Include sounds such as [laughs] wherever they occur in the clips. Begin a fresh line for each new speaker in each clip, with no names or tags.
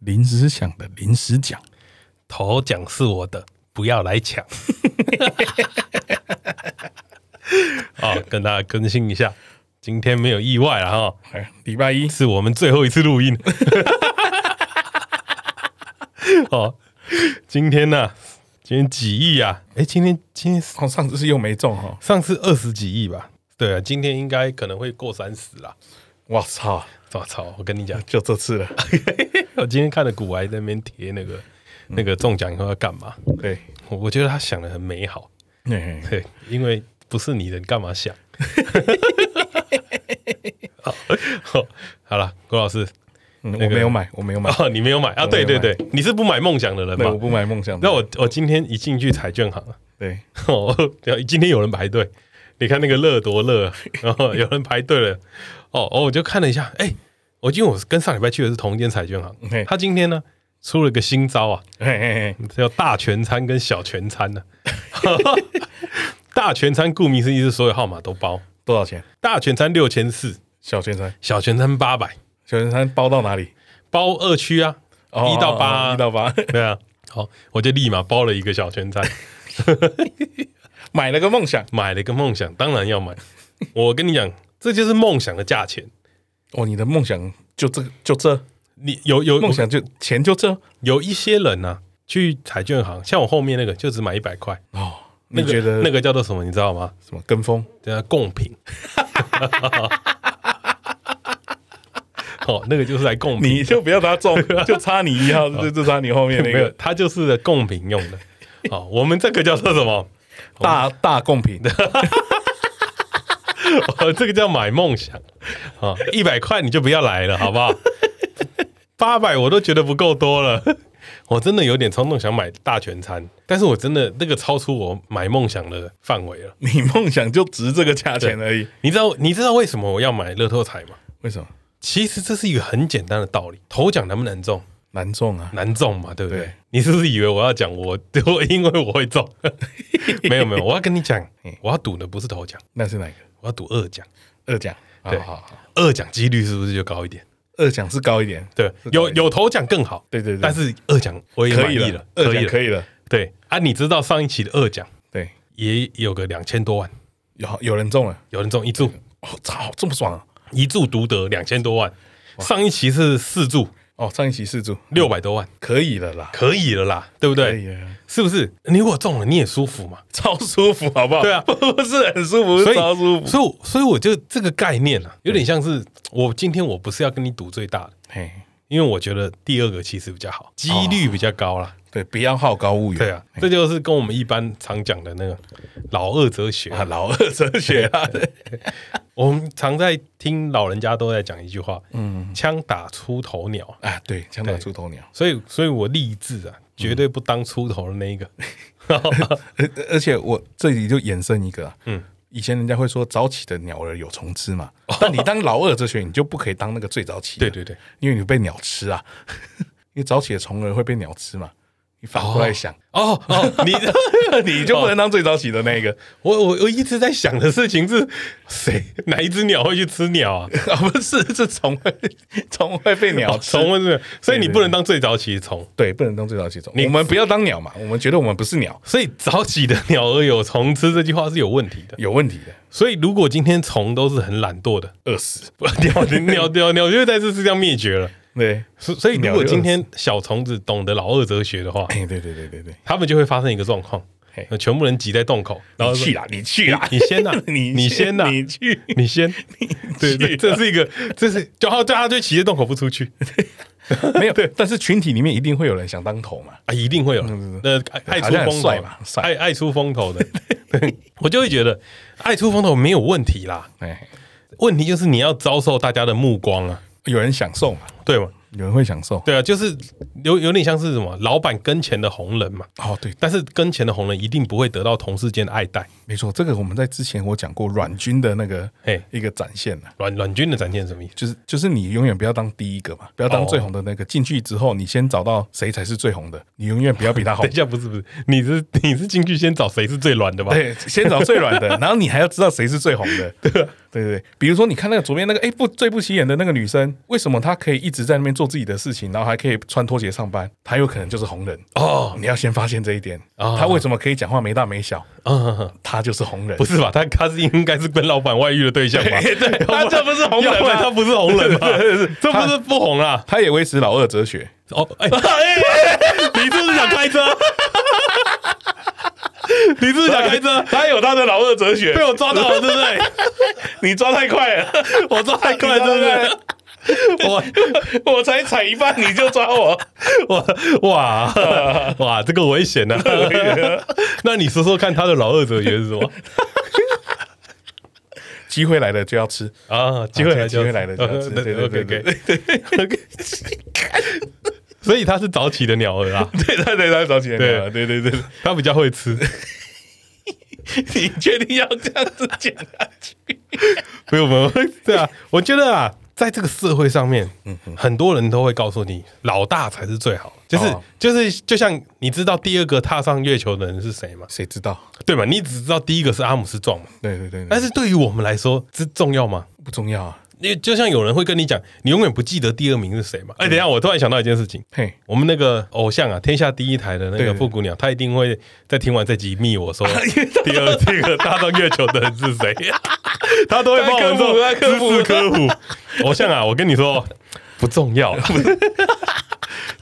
临时想的临时讲，
头奖是我的，不要来抢。 [laughs] 哦，跟大家更新一下，今天没有意外了哈，
哎，礼拜一
是我们最后一次录音。 [laughs] 哦，今天呢、今天几亿啊？哎、今天今天
哦，上次是又没中哈，
上次二十几亿吧？对啊，今天应该可能会过三十啦。
我操，
我操！我跟你讲， [laughs]
就这次了。
我今天看了古玩在那边贴那个那个中奖以后要干嘛，
对，
我我觉得他想的很美好，
嘿嘿
[laughs] 对，因为不是你的，你干嘛想？ [laughs] 好好好了，郭老师，
嗯
那个
我没有买，我没有买，
哦，你没有买啊？
我没
对
有
对
买
对，你是不买梦想的人
对，我
吗？
不买梦想的。
[laughs] 那我我今天一进去彩券行，啊
对，
[laughs] 哦，今天有人排队，你看那个乐多乐， [laughs] 然后有人排队了，哦哦，我就看了一下，哎、我因为我跟上礼拜去的是同一间彩券
嘿
行，他今天呢出了个新招啊，
嘿嘿嘿，
叫大全餐跟小全餐呢、 [laughs] 大全餐顾名思义是所有号码都包，
多少钱？
大全餐六千四，
小全餐，
小全餐八百，
小全餐包到哪里？
包二区
[laughs]
啊，
哦
一到八啊、
一到八， [laughs]
对啊，好，我就立马包了一个小全餐，
买了个梦想，
买了一个梦想， [laughs] 当然要买。我跟你讲，这就是梦想的价钱。
哦，你的梦想就这个，就这
你有有
梦想就钱就这
有一些人呢、啊，去彩券行，像我后面那个就只买一百块，
哦。你
那个
觉得
那个叫做什么，你知道吗？
什么跟风？
叫
[laughs]
贡品。哦，那个就是来贡品，
你就不要他中， [laughs] 就差你
[laughs]
一号，就就差你后面那
哦没有
个，
它就是贡品用的。好、我们这个叫做什么？
大大贡
[laughs]
品。
哦， [laughs] 这个叫买梦想 [laughs] 啊！一百块你就不要来了，好不好？八百我都觉得不够多了， [laughs] 我真的有点冲动想买大全餐，但是我真的那个超出我买梦想的范围了。
你梦想就值这个价钱而已。
你知道你知道为什么我要买乐透彩吗？
为什么
其实这是一个很简单的道理，头奖能不能中？
难中啊？
难中嘛，对不对？
对
你是不是以为我要讲我我因为我会中？没有没有，我要跟你讲，我要赌的不是头奖，
那是哪个？
我要赌二奖，
二奖。好
对
好好，
二奖几率是不是就高一点？
二奖是高一点。
对，
是高
有
一点
有头奖更好，
对对对
但是二奖我也
可
满
以
意
了
了，，
二奖可
以。
以了。
对啊，你知道上一期的二奖
对，
也有个两千多万，
有有人中了。
有人中一注，
哦，操，这么爽啊！
一注独得两千多万。上一期是四注
哦，上一期四注
六百多万，
可以了啦，
可以了啦，对不
嗯可
对？
以了，
是不是？你如果中了，你也舒服嘛。
超舒服，好不好？
对啊
不是很舒服，
所
是
以
超舒服。
所以我，所以我就这个概念啊，有点像是我今天我不是要跟你赌最大的，
嘿，
因为我觉得第二个其实比较好，几率比较高啦。
对，不要好高骛远。
对啊，这就是跟我们一般常讲的那个老二哲学
啊，老二哲学啊，对
我们常在听老人家都在讲一句话，嗯，枪打出头鸟，
啊，对，枪打出头鸟。
所以，所以我立志啊，绝对不当出头的那一个。
而而且我这里就衍生一个、啊，
嗯，哦
以前人家会说早起的鸟儿有虫吃嘛，但你当老二哲学，你就不可以当那个最早起的，
[laughs] 对对对，
因为你被鸟吃啊， [laughs] 因为早起的虫儿会被鸟吃嘛，你反过来想，
哦哦，你 [laughs]
你就
哦
不能当最早起的那一个 [laughs]
我我我一直在想的事情是，谁哪一只鸟会去吃鸟 [laughs] 啊？
啊，不是，是虫会虫会被鸟吃，
虫会哦是，所以你不能当最早起的虫。
对，不能当最早起的虫，
你
我们不要当鸟嘛，我们觉得我们不是鸟，
所以早起的鸟儿有虫吃这句话是有问题的。
有问题的，
所以如果今天虫都是很懒 [laughs] 惰的，
饿死，
鸟鸟鸟鸟就会在这世上灭绝了。
[laughs] 对，
所所以如
鸟
果
就
今天小虫子懂得老二哲学的话，
哎，对对对对对，
他们就会发生一个状况
嘿，
全部人挤在洞口，然后
你
说
去啦，你去啦，
你先呐
[laughs] 你
你先呐
你
[laughs]
啊去。
你先，对对，这是一个，这是叫他叫他就挤在洞口不出去
没有，对，但是群体里面一定会有人想当头嘛。
啊，一定会有那爱爱出
嗯好像很
风头
帅嘛帅
爱爱出风头的，
[laughs]
对我就会觉得爱出风头没有问题啦，
哎，
问题就是你要遭受大家的目光啊，
有人享受嘛，
对吗？
有人会享受。
对啊，就是有有点像是什么老板跟前的红人嘛，
哦，对，
但是跟前的红人一定不会得到同事间的爱戴。
没错，这个我们在之前我讲过阮军的那个
嘿
一个展现了。
阮阮军的展现是什么意思？ [laughs]
就是就是你永远不要当第一个嘛，不要
哦
当最红的那个。进去之后，你先找到谁才是最红的，你永远不要比他红
[laughs]
[laughs]
等一。下，不是不是，你是你是进去先找谁是最软的吧？ [laughs] 啊
对，先找最软的，然后你还要知道谁是最红的。对对对对，比如说你看那个左边那个，哎、不最不起眼的那个女生，为什么她可以一直在那边做自己的事情，然后还可以穿拖鞋上班？她有可能就是红人。
哦，
你要先发现这一点，
啊
她为什么可以讲话没大没小？
嗯，
她就是红人
不。是吧？他他是应该是跟老板外遇的
[laughs]
对象吧？对，
哎
[laughs]
他这不是红人啊
他不是红
[laughs]
人吧？这不是不红啦？
她也维持老二哲学，
哦，
[laughs]
哎， [laughs] 你是不是想开车？ [laughs] 你是不是想开车？
她有她的老二哲学
被我抓到了，对不对？
[laughs] 你抓太快了， [laughs]
我抓太快了，对不对？我
我才踩一半你就抓我，
我哇哇，这个危
[laughs]
险呐、 [laughs] 那你说说看，他的老二哲学是什么
机会来了就要吃。
啊？机会来，
机会来
[laughs]
了就要吃对对
，OK
对
OK
对
OK。所以他是早起的鸟
[laughs]
儿啊，
[laughs] 对对对，他找起来
对
了，对对对，
他比较会吃。
你确定要这样子讲下去？
所以我们会对啊，我觉得啊，在这个社会上面，
嗯
很多人都会告诉你，老大才是最好。就是、
哦
就是，就像你知道第二个踏上月球的人是谁吗？
谁知道？
对吧？你只知道第一个是阿姆斯壮嘛，
对对对，但
但是对于我们来说，这重要吗？
哎不重要啊。
因为就像有人会跟你讲，你永远不记得第二名是谁嘛。
嗯
哎、等一下，我突然想到一件事情，
嘿，
我们那个偶像啊，天下第一台的那
对
个
对
布谷鸟，他一定会在听完这集密
[laughs]
我说，第二这个踏上月球的人是谁， [laughs] 他都会帮我们做
在科
知
普
识科
[laughs]
普。偶像啊，我跟你说不重要，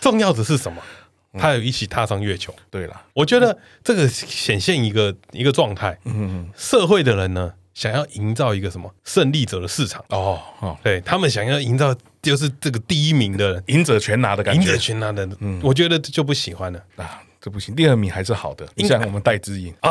重要的是什么？
嗯
他有一起踏上月球。
对了，
我觉得这个显现一个一个状态，
嗯，
社会的人呢，想要营造一个什么胜利者的市场。
哦哦，
对他们想要营造就是这个第一名的人，
赢者全拿的感
赢
觉嗯
者全拿的人，我觉得就不喜欢了。
啊，这不行。第二名还是好的，你像我们戴之颖，
[laughs]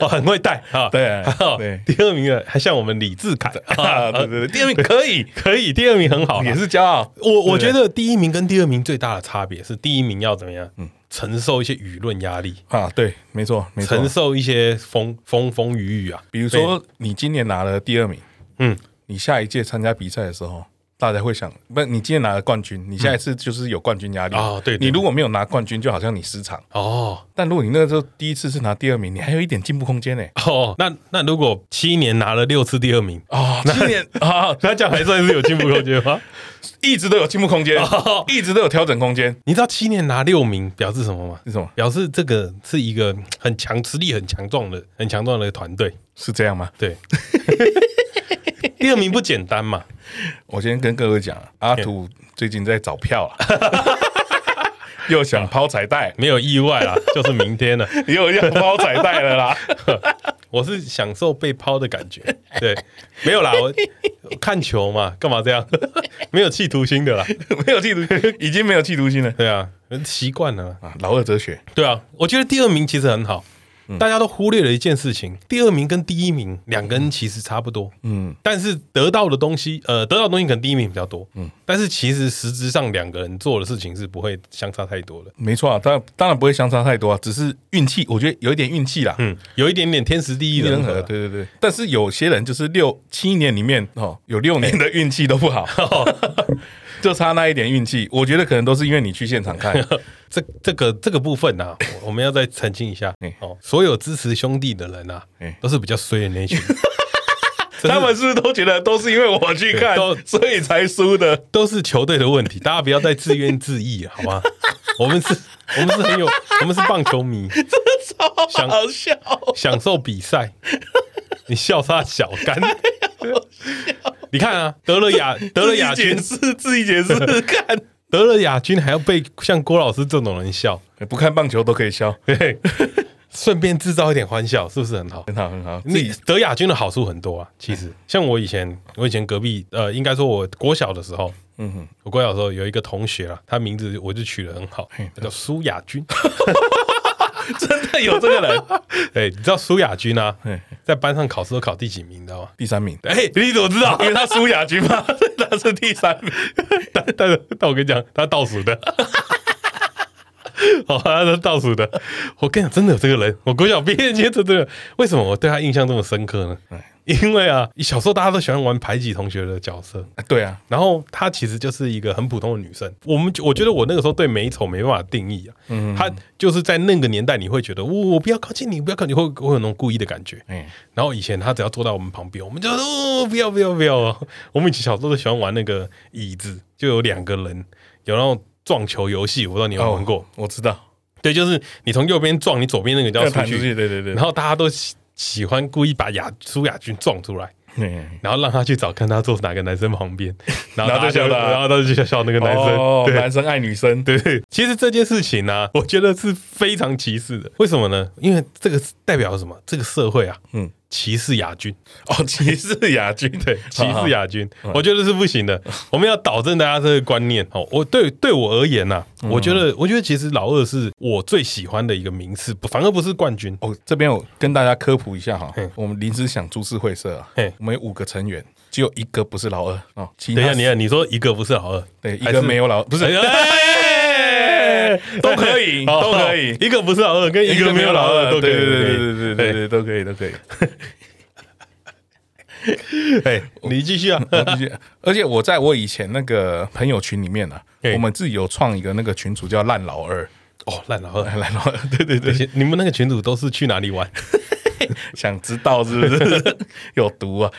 哦，很会带啊，
对
[laughs] 哦
对
第二名的还像我们李志 [laughs] 凯，哦
啊，对对对，第二名可
[laughs]
以，
可以，第二名很好啊，
也是骄傲。
我我觉得第一名跟第二名最大的差别是，第一名要怎么样？承受一些舆论压力，
啊，对，没错，没错
承。受一些风风风雨雨啊。
比如
对，
说，你今年拿了第二名，
嗯，
你下一届参加比赛的时候，大家会想，不，你今天拿了冠军，你下一次就是有冠军压力
啊对对
你如果没有拿冠军，就好像你失常。
哦
但如果你那个时候第一次是拿第二名，你还有一点进步空间欸呢。
哦，那那如果七年拿了六次第二名， [laughs]
[laughs] 啊，今年啊，
那这样还算是有进步空间吗？
一直都有进步空 [laughs] 间
哦，
一直都有调整空间，
[laughs] 你知道七年拿六名表示什么吗？
是什么？
表示这个是一个很强、实力很强壮的、很强壮的团队。
是这样吗？
对， [laughs] 第二名不简单嘛？
我先跟各位讲，阿土最近在找票了， [laughs] 又想抛彩 [laughs] 带，
没有意外啦，就是明天了。
又要抛彩带了啦。 [laughs]
我是享受被抛的感觉，对，没有啦，我我看球嘛，干嘛这样？ [laughs] 没有企图心的啦，
没有企 [laughs] 图，已经没有企图心了
对啊，习惯了，
啊！老二哲学，
对啊，我觉得第二名其实很好。大家都忽略了一件事情，第二名跟第一名两个人其实差不多，
嗯，
但是得到的东西，呃，得到的东西可能第一名比较多，嗯，但是其实实质上两个人做的事情是不会相差太多的，
没错啊，当然当然不会相差太多啊，只是运气，我觉得有一点运气啦。
嗯，有一点点天时地利人
人
和
和，
啦，
对对对，但是有些人就是六七年里面哦，有六年的运气都
[laughs]
不好，就差那一点运气。我觉得可能都是因为你去现场
[laughs]
看，
这这个这个部分呢、啊，我我们要再澄清一下
嗯
哦。所有支持兄弟的人啊
嗯，
都是比较衰的那一群，真的
他们是不是都觉得都是因为我去看
对都，
所以才输的？
都是球队的问题，大家不要再自怨自艾，好吗？我们是，我们是很有，我们是棒球迷，
超好笑！
享受比赛。你笑他小干， [laughs] 你看啊，得了亚得了亚军
自，己解释，自己解释，
[laughs]
看
得了亚军还要被像郭老师这种人笑，
不看棒球都可以笑，
对，顺便制造一点欢笑，是不是很好？
很好很好。自
你
己嗯
得亚军的好处很多啊，其实像我以前，我以前隔壁，呃，应该说我国小的时候，
嗯哼，
我国小的时候有一个同学啊，他名字我就取得很好
嘿，
叫苏亚
[laughs]
军。
真的有这个人， [laughs]
哎，你知道苏亚军啊
嘿，
在班上考试都考第几名，你知道吗？
第三
[laughs]
名，
哎，你怎么知道？
因为他输亚军嘛，他是第三名。
但但但我跟你讲，他倒数的。哦，他是倒数的。我跟你讲，真的有这个人。我国小毕业阶段真的，为什么我对他印象这么深刻呢？因为啊，小时候大家都喜欢玩排挤同学的角色，
啊 [laughs] 对啊，
然后她其实就是一个很普通的女生。我们我觉得我那个时候对美丑没办法定义啊，她就是在那个年代，你会觉得我、我不要靠近你，不要靠近你，会会有那种故意的感觉。
哎，
然后以前她只要坐到我们旁边，我们就哦不要不要不要哦。我们以前小时候都喜欢玩那个椅子，就有两个人有那种撞球游戏，我不知道你有没有玩过。
哦，我知道，
对，就是你从右边撞，你左边那个就要
要
出
弹出
去。
去，对对对，
然后大家都喜喜欢故意把亚苏亚军撞出来，
哎
然后让他去找看他坐哪个男生
[laughs]
旁边，然后
然后
大家
就笑他
然后他就去笑那个男生。
哦
对
男生爱女生，对对，
其实这件事情呢、我觉得是非常歧视的。为什么呢？因为这个代表什么？这个社会啊，嗯
嗯，
歧视亚军，
哦，歧视亚军，
对，歧
好
视亚军，我觉得是不行的。我们要导正大家这个观念。哦，我对对我而言呐、我觉得，我觉得其实老二是我最喜欢的一个名次，不反而不是冠军。
哦，这边我跟大家科普一下哈
嘿，
我们临时想株式会社啊
嘿，
我们有五个成员，只有一个不是老二哦，其
等一
他
下，你看，你说一个不是老二，
对一
还是
个没有老，不是
哎哎哎
都可以
哦
都可以
一个不是老二，跟一个没有老二都可以，
对对对对对对
对
对，都可以都可以。
对。哎，你继续啊，
我就觉得而且我在我以前那个朋友群里面啊
嘿，
我们自己有创一个那个群组叫“烂老二
哦，烂老”，二，
烂老二，对对
而
对，
且你们那个群主都是去哪里玩？
想知道是不是 [laughs] 有毒啊？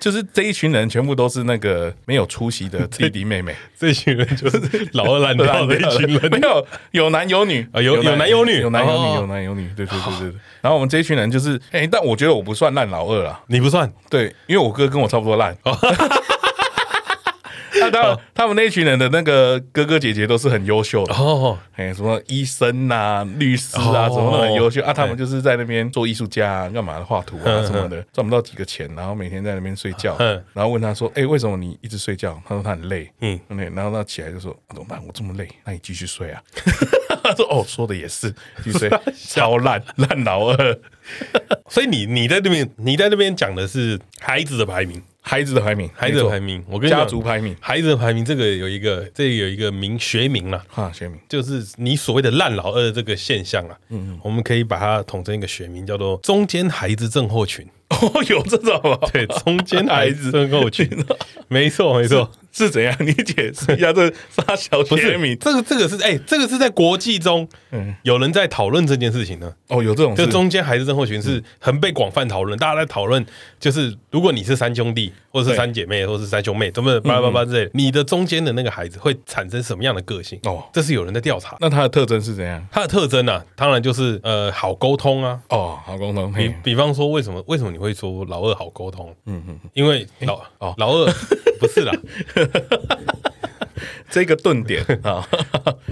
就是这一群人全部都是那个没有出息的弟弟妹
[laughs]
妹，
这群人就是老二烂掉啊的一群
没
人。
有有男有女
啊有有男有女
有男有
哦
女有男有女，对对对对对。然后我们这一群人就是，哎，但我觉得我不算烂老二啦，
你不算，
对，因为我哥跟我差不多烂。
哦
那当然， [laughs] 他们那一群人的那个哥哥姐姐都是很优秀的，
哦，
哎，什么医生呐、律师啊，
哦
什么都很优秀啊。
对
他们就是在那边做艺术家啊，干嘛的画图啊什么的，赚不到几个钱，然后每天在那边睡觉
嗯。
然后问他说：“哎，为什么你一直睡觉？”他说他很累，
嗯
嗯，累。然后他起来就说：“啊怎么办？我这么累，那你继续睡啊。” [laughs] 他说：“哦，说的也是，继续
[laughs]
睡，超烂烂老二，
所以你你在那边你在那边讲的是孩子的排名，
孩子的排名，
孩子的排名，我跟你
家
讲
族排名
孩子的排名这个有一个这个有一个名学名啦，
哈，学名。” [laughs]
就是你所谓的烂老二这个现象啊，嗯，我们可以把它统称一个学名，叫做中间孩子症候 [laughs] 群。
哦，有这种哦
对，中间 [laughs] 孩子症候群，没错没 [laughs] 错，
是怎样？你解释一下这仨小
不是
学名
这个这个是哎、这个是在国际中，有人在讨论这件事情呢。
哦，有这种
就
事
中间孩子症候群是很被广泛讨论，大家在讨论，就是如果你是三兄弟，或是
对
三姐妹，或是三兄妹，怎么叭叭叭之类的，你的中间的那个孩子会产生什么样的个性？
哦
这是有人在调查。
那它的特征是怎样？
它的特征啊，当然就是呃好沟通啊，
哦，好共同
比
嘿
比方说，为什么为什么你会说老二好沟通？嗯嗯，因为老哦老二 [laughs] 不是啦，
这个顿 [laughs] 点啊，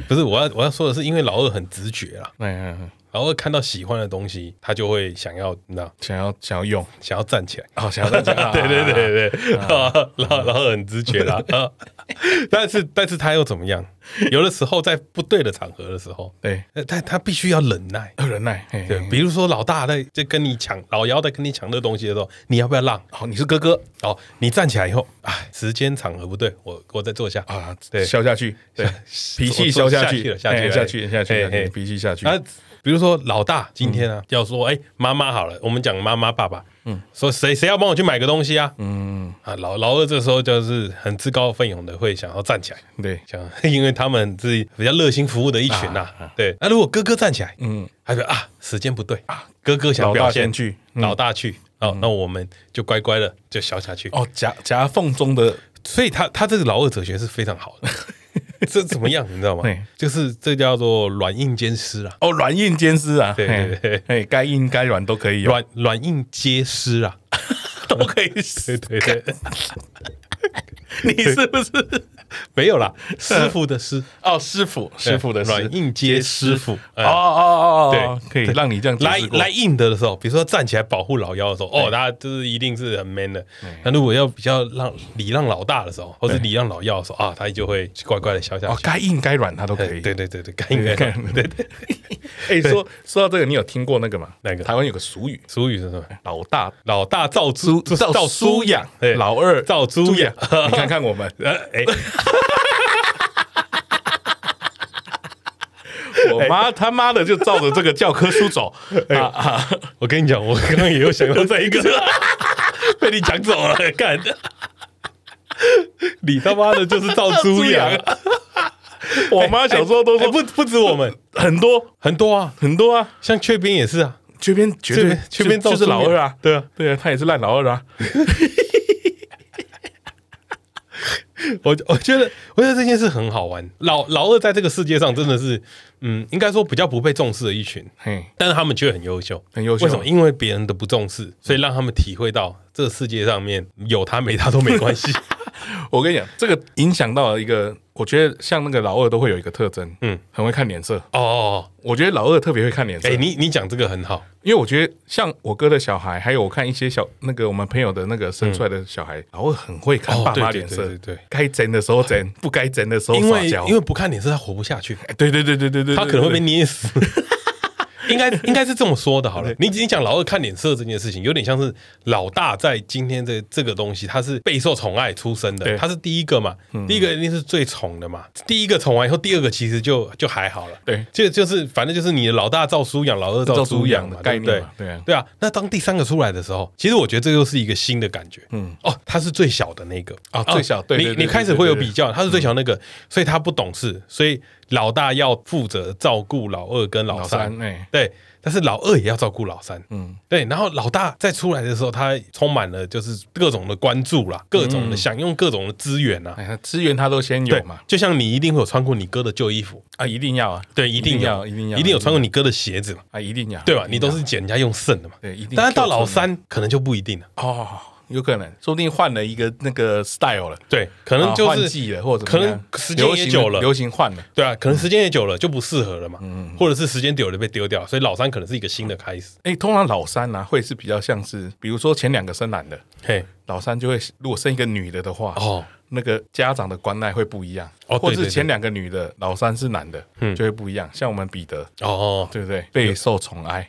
不是我要我要说的是，因为老二很直觉啦，
哎呀，哎
老二看到喜欢的东西，他就会想要你知道
想要想要 [laughs] 用
想要站起来。
哦，想要再 [laughs] 讲，
[laughs] 对对对对，哦老老二很直觉啦，啊 [laughs] 但是但是他又怎么样？有的时候在不对的场合的时候，
对，
呃但他必须要忍耐。
要忍耐，嘿
对，比如说老大在在跟你抢，老幺在跟你抢这东西的时候，你要不要让？
好，你是哥哥
哦，你站起来以后，哎，时间场合不对，我我再坐下啊。
啊，
对
消下去，对， [laughs] 脾气消
下
下
去
去
了，下去
哎啊
了
下去，下去
嘿
下去，
嘿
脾气下去嗯
那、，比如说老大今天啊，要说哎妈妈好了，我们讲妈妈爸爸，嗯，说谁谁要帮我去买个东西啊，嗯啊老老二这时候就是很自告奋勇的会想要站起来。
对，
想， [laughs] 因为他们是比较热心服务的一群呐、
啊
对，那如果哥哥站起来，嗯，他就啊，时间不对啊，哥哥想
老大
表现
先去嗯
老大去，哦，那我们就乖乖的就消下去。
哦，夹夹缝中的
所以他他这个老二哲学是非常好的。
[laughs]
这怎么样，你知道吗
对？
就是这叫做软硬兼施啊，
哦，软硬兼施啊，
对对对
嘿，嘿，该硬该软都可以有，
软软硬皆施
[laughs]
啊，
都可以，
对对 [laughs] 对，
你是不是？
没有啦，师傅的师，
[laughs] 哦，师傅，师傅的师
软硬皆师傅，
哦
哎
哦
对
哦哦，可以让你这样解
来
释过
来硬的的时候，比如说站起来保护老幺的时候，哦，大家就是一定是很 man 的。那如果要比较让礼让老大的时候，或是礼让老幺的时候啊，他就会乖乖的消下
哦，
去。
该硬该软它都可
对
以。
对对对对，该应该
该
对对。
哎，说说到这个，你有听过那个吗？
哪个
台湾有个俗语，
俗语是什么？
老大
老大照猪
照照猪养
对，
老二
照猪
猪
养 [laughs] 呃哎
养。。你看看我们，
呃，哎，
我妈他妈的就照着这个教科书走啊啊！
我跟你讲，我刚刚也有想到这一个，被你讲走 [laughs] 了，干！你他妈的就是照猪养，啊
我妈小时候都
哎
说
不不止我们，
很多
很多啊，
很多啊，
像雀边也是啊，
这边绝
雀
对
边雀边
就
照
就是
猪
老
养
二啊，
对啊，
对啊，他也是烂老二啊，
我我觉得我觉得这件事很好玩，老老二在这个世界上真的是，嗯，应该说比较不被重视的一群，
嘿，
但是他们却很优秀，
很优秀嗯
为什么？因为别人的不重视，所以让他们体会到这个世界上面有他没他都没
[laughs]
关系。
我跟你讲，这个影响到了一个，我觉得像那个老二都会有一个特征，
嗯
嗯，很会看脸色。
哦哦，哦
我觉得老二特别会看脸色，
哎、你你讲这个很好，
因为我觉得像我哥的小孩，还有我看一些小那个我们朋友的那个生出来的小孩，老二很会看
嗯哦
爸
对
妈
对
脸
对
色
对对，
该整的时候
[laughs]
整，不该整的时候
因
撒
为
娇
因。为不看脸色他活不下去，
哎对对对对对对，
他可能会被
对
捏死。应
[laughs]
该应该是这么说的，好了，你你讲老二看脸色这件事情，有点像是老大在今天这这个东西，他是备受宠爱出身的，
对嗯
他是第一个嘛，第一个一定是最宠的嘛，第一个宠完以后，第二个其实就就还好了，
对
就就是反正就是你的老大照书养，老二照
照
猪
猪
养
养
嘛
的
对
概
不对
念嘛？对啊
对啊。那当第三个出来的时候，其实我觉得这又是一个新的感觉，嗯，哦，他是最小的那个哦
啊最小对对对
你你
对
开始
对
会有
对
比较，他是最小那
嗯
个，所以他不懂事，所以老大要负责照顾老二跟老
老
三，
三哎，
对，但是老二也要照顾老三，
嗯，
对，然后老大在出来的时候，他充满了就是各种的关注啦，各种的享用各种的资源啊，
嗯哎，他资源他都先
对
有嘛，
就像你一定会有穿过你哥的旧衣服，
啊，一定要啊，
对，一定
定
有，
要一定要
一定有穿过你哥的鞋子嘛，
啊，一定要，
对吧？
一定
你都
要
是捡人家用剩的嘛，
对一定
但是到
Q
老
出
三可能就不一定了，
哦，有可能，说不定换了一个那个 style 了，
对，可能
啊
就
换
是
季了，或者
可能
怎么样流
时间也
行
久了
流行换了，
对啊，可能时间也久了就不适合了嘛，
嗯
或者是时间久了被丢掉，所以老三可能是一个新的开始。
哎，通常老三呢会是比较像是，比如说前两个生男的，
嘿，
老三就会如果生一个女的的话，
哦，
那个家长的关爱会不一样，
哦对
或者
对嗯
是
对
前两个女的，老三是男的，就会不一样。像我们彼得，
哦，
对不对？备受宠爱，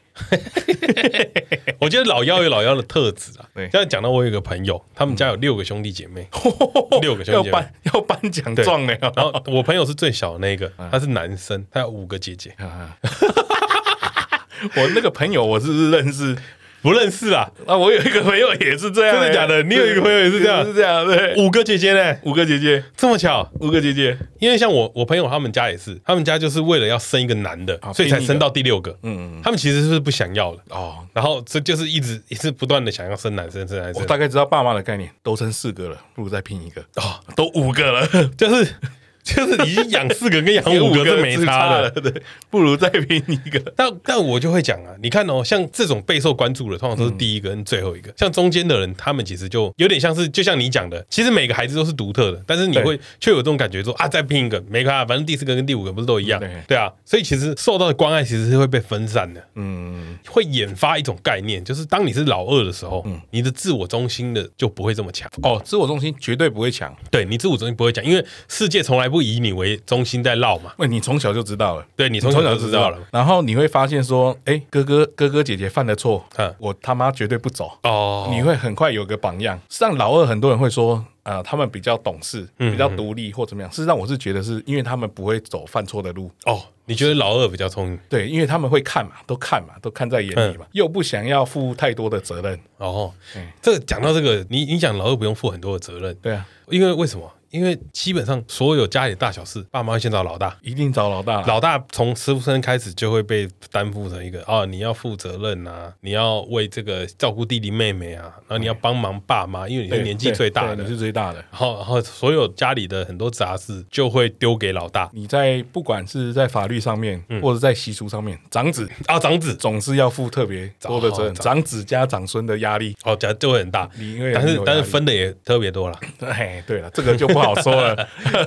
我觉得老幺有老幺的特质啊。
对
这样讲到我有一个朋友，他们家有六个兄弟姐妹， [laughs] 六个兄
嗯要
弟姐妹。
颁要颁奖状了
然后我朋友是最小的那
嗯
个，他是男生，他有五个姐姐，
啊！ [laughs] 我那个朋友我是认识，
不认识啊，
啊，我有一个朋友也是这样、
真的
欸
假的你有一个朋友也是这样
是这样，对，
五个姐姐呢，
[laughs] 五个姐姐，
这么巧。
五个姐姐，
因为像我我朋友他们家也是，他们家就是为了要生一个男的，
啊
所以才
拼一个
生到第六个。
嗯
他们其实是不想要的，
哦，
然后这就是一直一直不断的想要生男生生男生
我，大概知道爸妈的概念，都生四个了，不如再拼一个，
哦，
都五个 [laughs] 了，
就是 [laughs] 就是已经养四个跟养五
有
个是没
是 [laughs]
差的，
对，不如再拼一个，
但但我就会讲啊，你看哦，像这种备受关注的，通常都是第一个跟最后一个。像中间的人，他们其实就有点像是，就像你讲的，其实每个孩子都是独特的，但是你
对
会却有这种感觉说啊，再拼一个，没看、啊，反正第四个跟第五个不是都一样，
对
对啊。所以其实受到的关爱其实是会被分散的，
嗯，
会引发一种概念，就是当你是老二的时候，
嗯
你的自我中心的就不会这么强。
哦，自我中心绝对不会强，
对你自我中心不会强，因为世界从来不以你为中心在绕嘛。
喂，你从小就知道了。
对你
你
从小就知道了，
然后你会发现说，哎，哥哥哥哥姐姐犯的错
嗯，
我他妈绝对不走，
哦，
你会很快有个榜样。像老二，很多人会说，呃，他们比较懂事，
嗯
比较独立或怎么样。事实上，我是觉得是因为他们不会走犯错的路，
哦，你觉得老二比较聪明
对，因为他们会看嘛，都看嘛，都看在眼里嘛，
嗯
又不想要负太多的责任，
哦
嗯，
这个讲到这个，你你讲老二不用负很多的责任，
对啊，
因为为什么？因为基本上所有家里的大小事，爸妈会先找老大，
一定找老大啦。
老大从出生开始就会被担负着一个哦，你要负责任啊，你要为这个照顾弟弟妹妹啊，然后你要帮忙爸妈，因为
嗯
你
对
是年纪最大
对对
的
你。是最大的。
然后，然后所有家里的很多杂事就会丢给老大
你在不管是在法律上面，
嗯
或者在习俗上面，长子
啊，长子
总是要负特别多的责任，
哦长
长子加长孙的压
[laughs]
力。
哦，讲就会很大
你因为，
但
你
是
有
但是
压力
分的也特别多了，
哎，对了，这个就不好说了。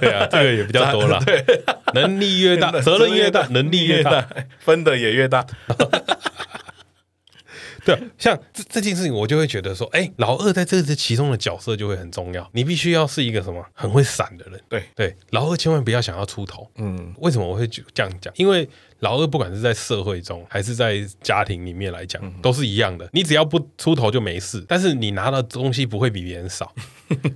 对啊，这个也比较多 [laughs] 了，啊能力 [laughs]
[laughs]
越 [laughs] 大，责任越大，能力越大，，
分的也越大。
对啊，像这这件事情，我就会觉得说，哎、老二在这这其中的角色就会很重要。你必须要是一个什么很会闪的人，
对，
对，老二千万不要想要出头。
嗯，
为什么我会就这样讲？因为老二不管是在社会中还是在家庭里
嗯 [laughs]
面来讲，都是一样的。你只要不出头就没事，但是你拿到的东西不会比别人少。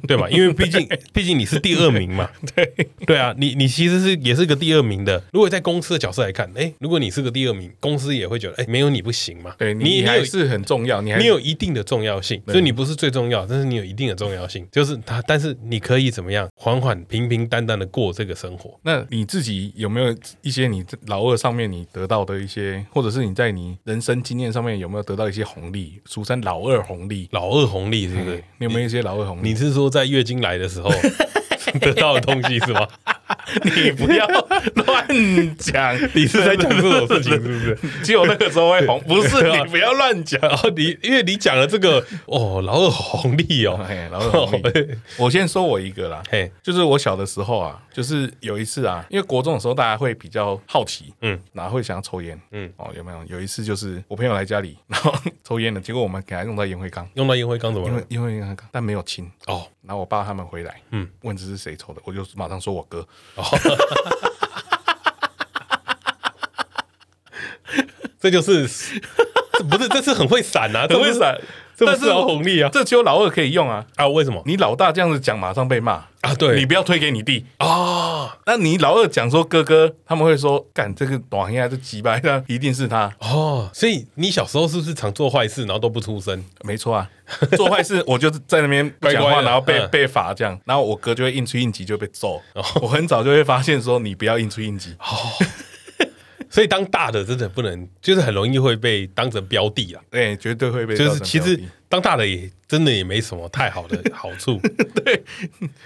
对嘛？因为毕竟毕竟你是第二名嘛，
对，
对啊，你你其实是也是个第二名的。如果在公司的角色来看，哎，如果你是个第二名，公司也会觉得哎，没有你不行嘛。
对
你
你
有
还是很重要，你还
你有一定的重要性，所以你不是最重要，但是你有一定的重要性，就是他，但是你可以怎么样，缓缓平平淡淡的过这个生活。
那你自己有没有一些你老二上面你得到的一些，或者是你在你人生经验上面有没有得到一些红利？俗称老二红利，
老二红利是不是
对？，你有没有一些老二红利？
你是说在月经来的 [laughs] 时候得到的东西是吗？
[laughs] 你不
[laughs]
要乱讲，
你是在讲这种事情是啊不是？
[laughs] 只有那个时候会红，不是你不要乱讲。
[laughs] 然后你因为你讲了这个哦，老二红利哦，
哎，老二红利， [laughs] 我先说我一个啦。
嘿，
就是我小的时候啊，就是有一次啊，因为国中的时候大家会比较好奇，
嗯
嗯，然后会想要抽烟，
嗯
嗯，哦，有没有？有一次就是我朋友来家里， [laughs] 然后抽烟了，结果我们给他用到烟灰缸，
用到烟灰缸怎么
因为
了？
因为那个但没有亲，
哦，
然后我爸他们回来，
嗯
嗯，问这是谁抽的，我就马上说我哥，
这就是这不是这 [laughs] 是很会闪啊，这不
[laughs]
是，
闪，
这不
但
是
是
老红利啊
这只有老二可以用啊，
啊？为什么
你老大这样子讲马上被骂，
啊？对
你不要推给你弟。
啊，
那你老二讲说哥哥，他们会说干这个短呀，这几百的一定是他，
哦，所以你小时候是不是常做坏事，然后都不出声？
没错啊，做坏
[laughs]
事我就是在那边不讲
乖乖
话，
的
然后被
嗯哦
被罚这样，然后我哥就会应出应急就被揍。 [laughs] 我很早就会发现说你不要应出应急，
所以当大的真的不能，就是很容易会被当成标的啊。
对，哎绝对会被造
就
成
是其
标
实
的
当大的也真的也没什么太好的好
[laughs]
处，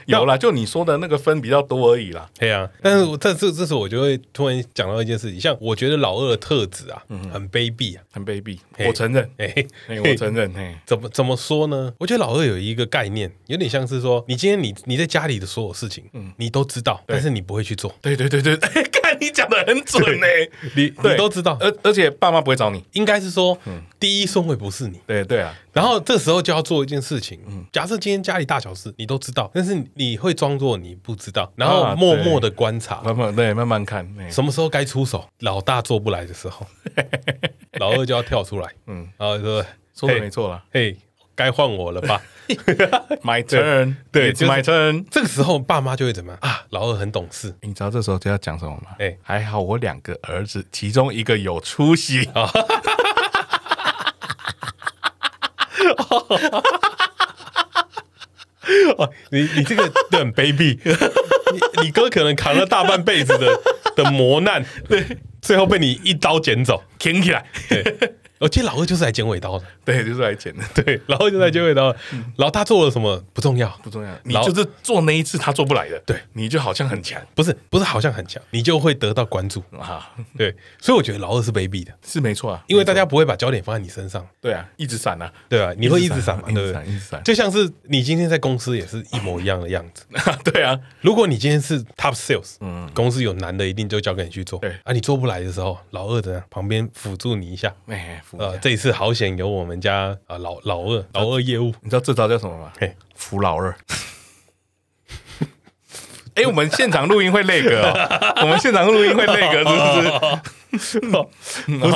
有啦，就你说的那个分比较多而已啦。
对啊。但是我这这这时候我就会突然讲到一件事情，像我觉得老二的特质啊，
嗯
很卑鄙啊。 [laughs]
很卑鄙，
嘿
我承认，
哎、
嘿我承认，嘿，
怎么怎么说呢？我觉得老二有一个概念，有点像是说，你今天你你在家里的所有事情，
嗯
你都知道，但是你不会去做，
对对对 [laughs] 对，哎，看你讲的很准呢，
你你
对
都知道，
而而且爸妈不会找你，
应该是说，
嗯
第一顺位不是你，
对对啊，
然后这时候就要做一件事情，
嗯
假设今天家里大小事你都知道，但是你会装作你不知道，然后
啊
默默的观察，
慢慢对慢慢看，哎嘿
什么时候该出手，老大做不来的时
[laughs]
候，老二就要跳出来，嗯，然后说
说的没，错啦。
嘿，嘿该换我了吧？
My turn，
[laughs]
It's
对就是
my turn。
这个时候爸妈就会怎么样啊？老二很懂
[laughs]
事
你知道这时候就要讲什么吗？
哎
还好我两个儿子，其中一个有出
[laughs]
息，
哦，你你这个对很卑
[laughs]
鄙，你你哥可能扛了大半辈子的的磨难，对，最后被你一刀剪走，
挺起来。
对，而且老二就是来剪尾刀的。
[laughs] 对，就是来剪的，
[laughs] 对，然后就在结尾
嗯
到老大做了什么不重要，
不重要。你
[laughs] 老
就是做那一次他做不来的，
对
你就好像很强
不是不是好像很强，你就会得到关注。
啊，
对，所以我觉得老二是卑鄙的，
是没错啊。
因为大家不会把焦点放在你身上，
对啊，一直闪啊， [laughs]
对吧？你会一直闪嘛，
一
对
直
不
闪一直
对？
闪
就像是你今天在公司也是一模一样的样子。
对啊，
如果你今天是 top sales，公司有男的一定就交给你去做，
嗯对
啊，你做不来的时候，老二的旁边辅助你一下。
哎，扶一下
呃，这一次好险有我们家啊、呃老老二老二业务，
你知道这招叫什么吗？
嘿，
扶老二。 [laughs] 哎、我们现场录音会那个、
[laughs]
哦，我们现场录音会那个，是不是？
哦
[laughs]
[laughs] 不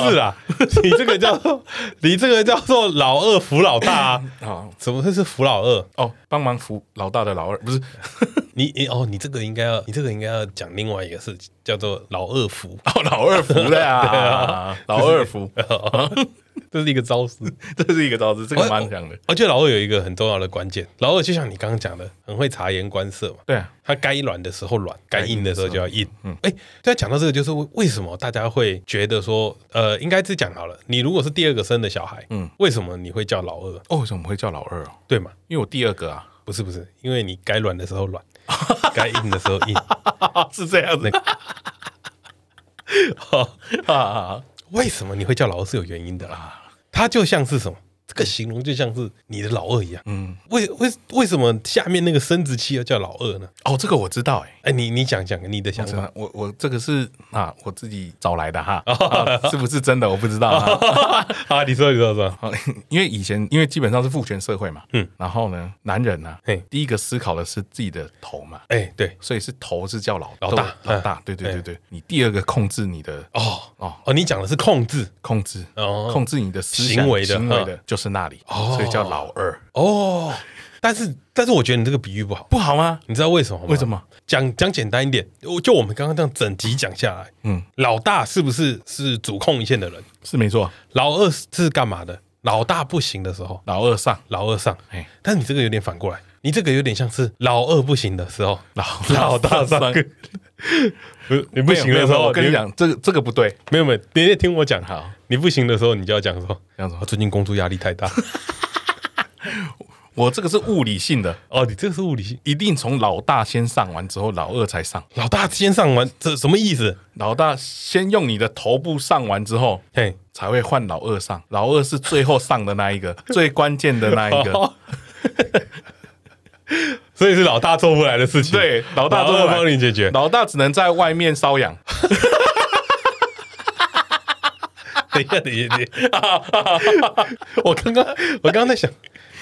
是啦，你这个叫做 [laughs] 你这个叫做老二扶老大啊，
好
怎么会是扶老二？
哦，帮忙扶老大的老二，不是
你你哦，你这个应该要，你这个应该要讲另外一个事情，叫做老二扶， [laughs]
[laughs] 哦，老二扶的呀、 [laughs] 啊，老二扶，
这是一个招 [laughs] 式。
这是一个招式，这个蛮强的。
而且老二有一个很重要的关键，老二就像你刚刚讲的，很会察言观色嘛。
对啊，
他该软的时候软，该硬的时候就要硬。嗯，哎、对，讲到这个，就是为为什么大家会觉得说，呃，应该是讲好了，你如果是第二个生的小孩，嗯
嗯，
为什么你会叫老二？
哦，为什么会叫老二哦？
对吗？
因为我第二个啊，
不是不是，因为你该软的
[laughs]
时候软，该硬的时候硬。
啊 [laughs] 是这样子哦啊，
为什么你会叫老二是有原因的啦？它就像是什么？这个形容就像是你的老二一样。嗯，为为为什么下面那个生殖器要叫老二呢？
哦，这个我知道哎、
哎，你你讲讲你的想
我知
法
道，我我这个是啊，我自己找来的哈，啊是不是真的我不知道啊。
啊？ [laughs] 你说你说说，
[laughs] 好，因为以前因为基本上是父权社会嘛，
嗯
嗯，然后呢，男人呢、
嘿
啊，第一个思考的是自己的头嘛，
哎，对，
所以是头是叫老
老大
都老大，对嗯对对对，你第二个控制你的
哦
哦
哦，你讲的是控制
控制，
哦
控制你的思想
行为的
行为的就是那里，所以叫老二。
哦。但是但是我觉得你这个比喻不好，
不好吗？
你知道为什么吗？
为什么？
讲讲简单一点，我就我们刚刚这样整集讲下来，
嗯，
老大是不是是主控一线的人？
是没错，
老二是干嘛的？老大不行的时候，
老二上，
老二上。
哎，
但你这个有点反过来，你这个有点像是老二不行的时候，
[laughs] 老
[laughs] 老大
[laughs]
上
上，
你 [laughs] 不行的时
没有没有
候，
我跟你，讲，这个这个不对。
没有没有，你也听我讲。
好，
你不行的时候，你就要讲说，
这样子
啊，，最近工作压力太
[laughs]
大。
我这个是物理性的，
哦，你这个是物理性，
一定从老大先上完之后，老二才上。
老大先上完，这什么意思？
老大先用你的头部上完之后，
嘿，
才会换老二上。老二是最后上的那
[laughs]
一个，最关键的那一个。
哦 [laughs] 所以是老大做不来的事情，
对，老大
做
都
帮你解决。
老大只能在外面瘙痒。
[laughs] 等一下，等一下，等一下！我刚刚，我刚刚在想，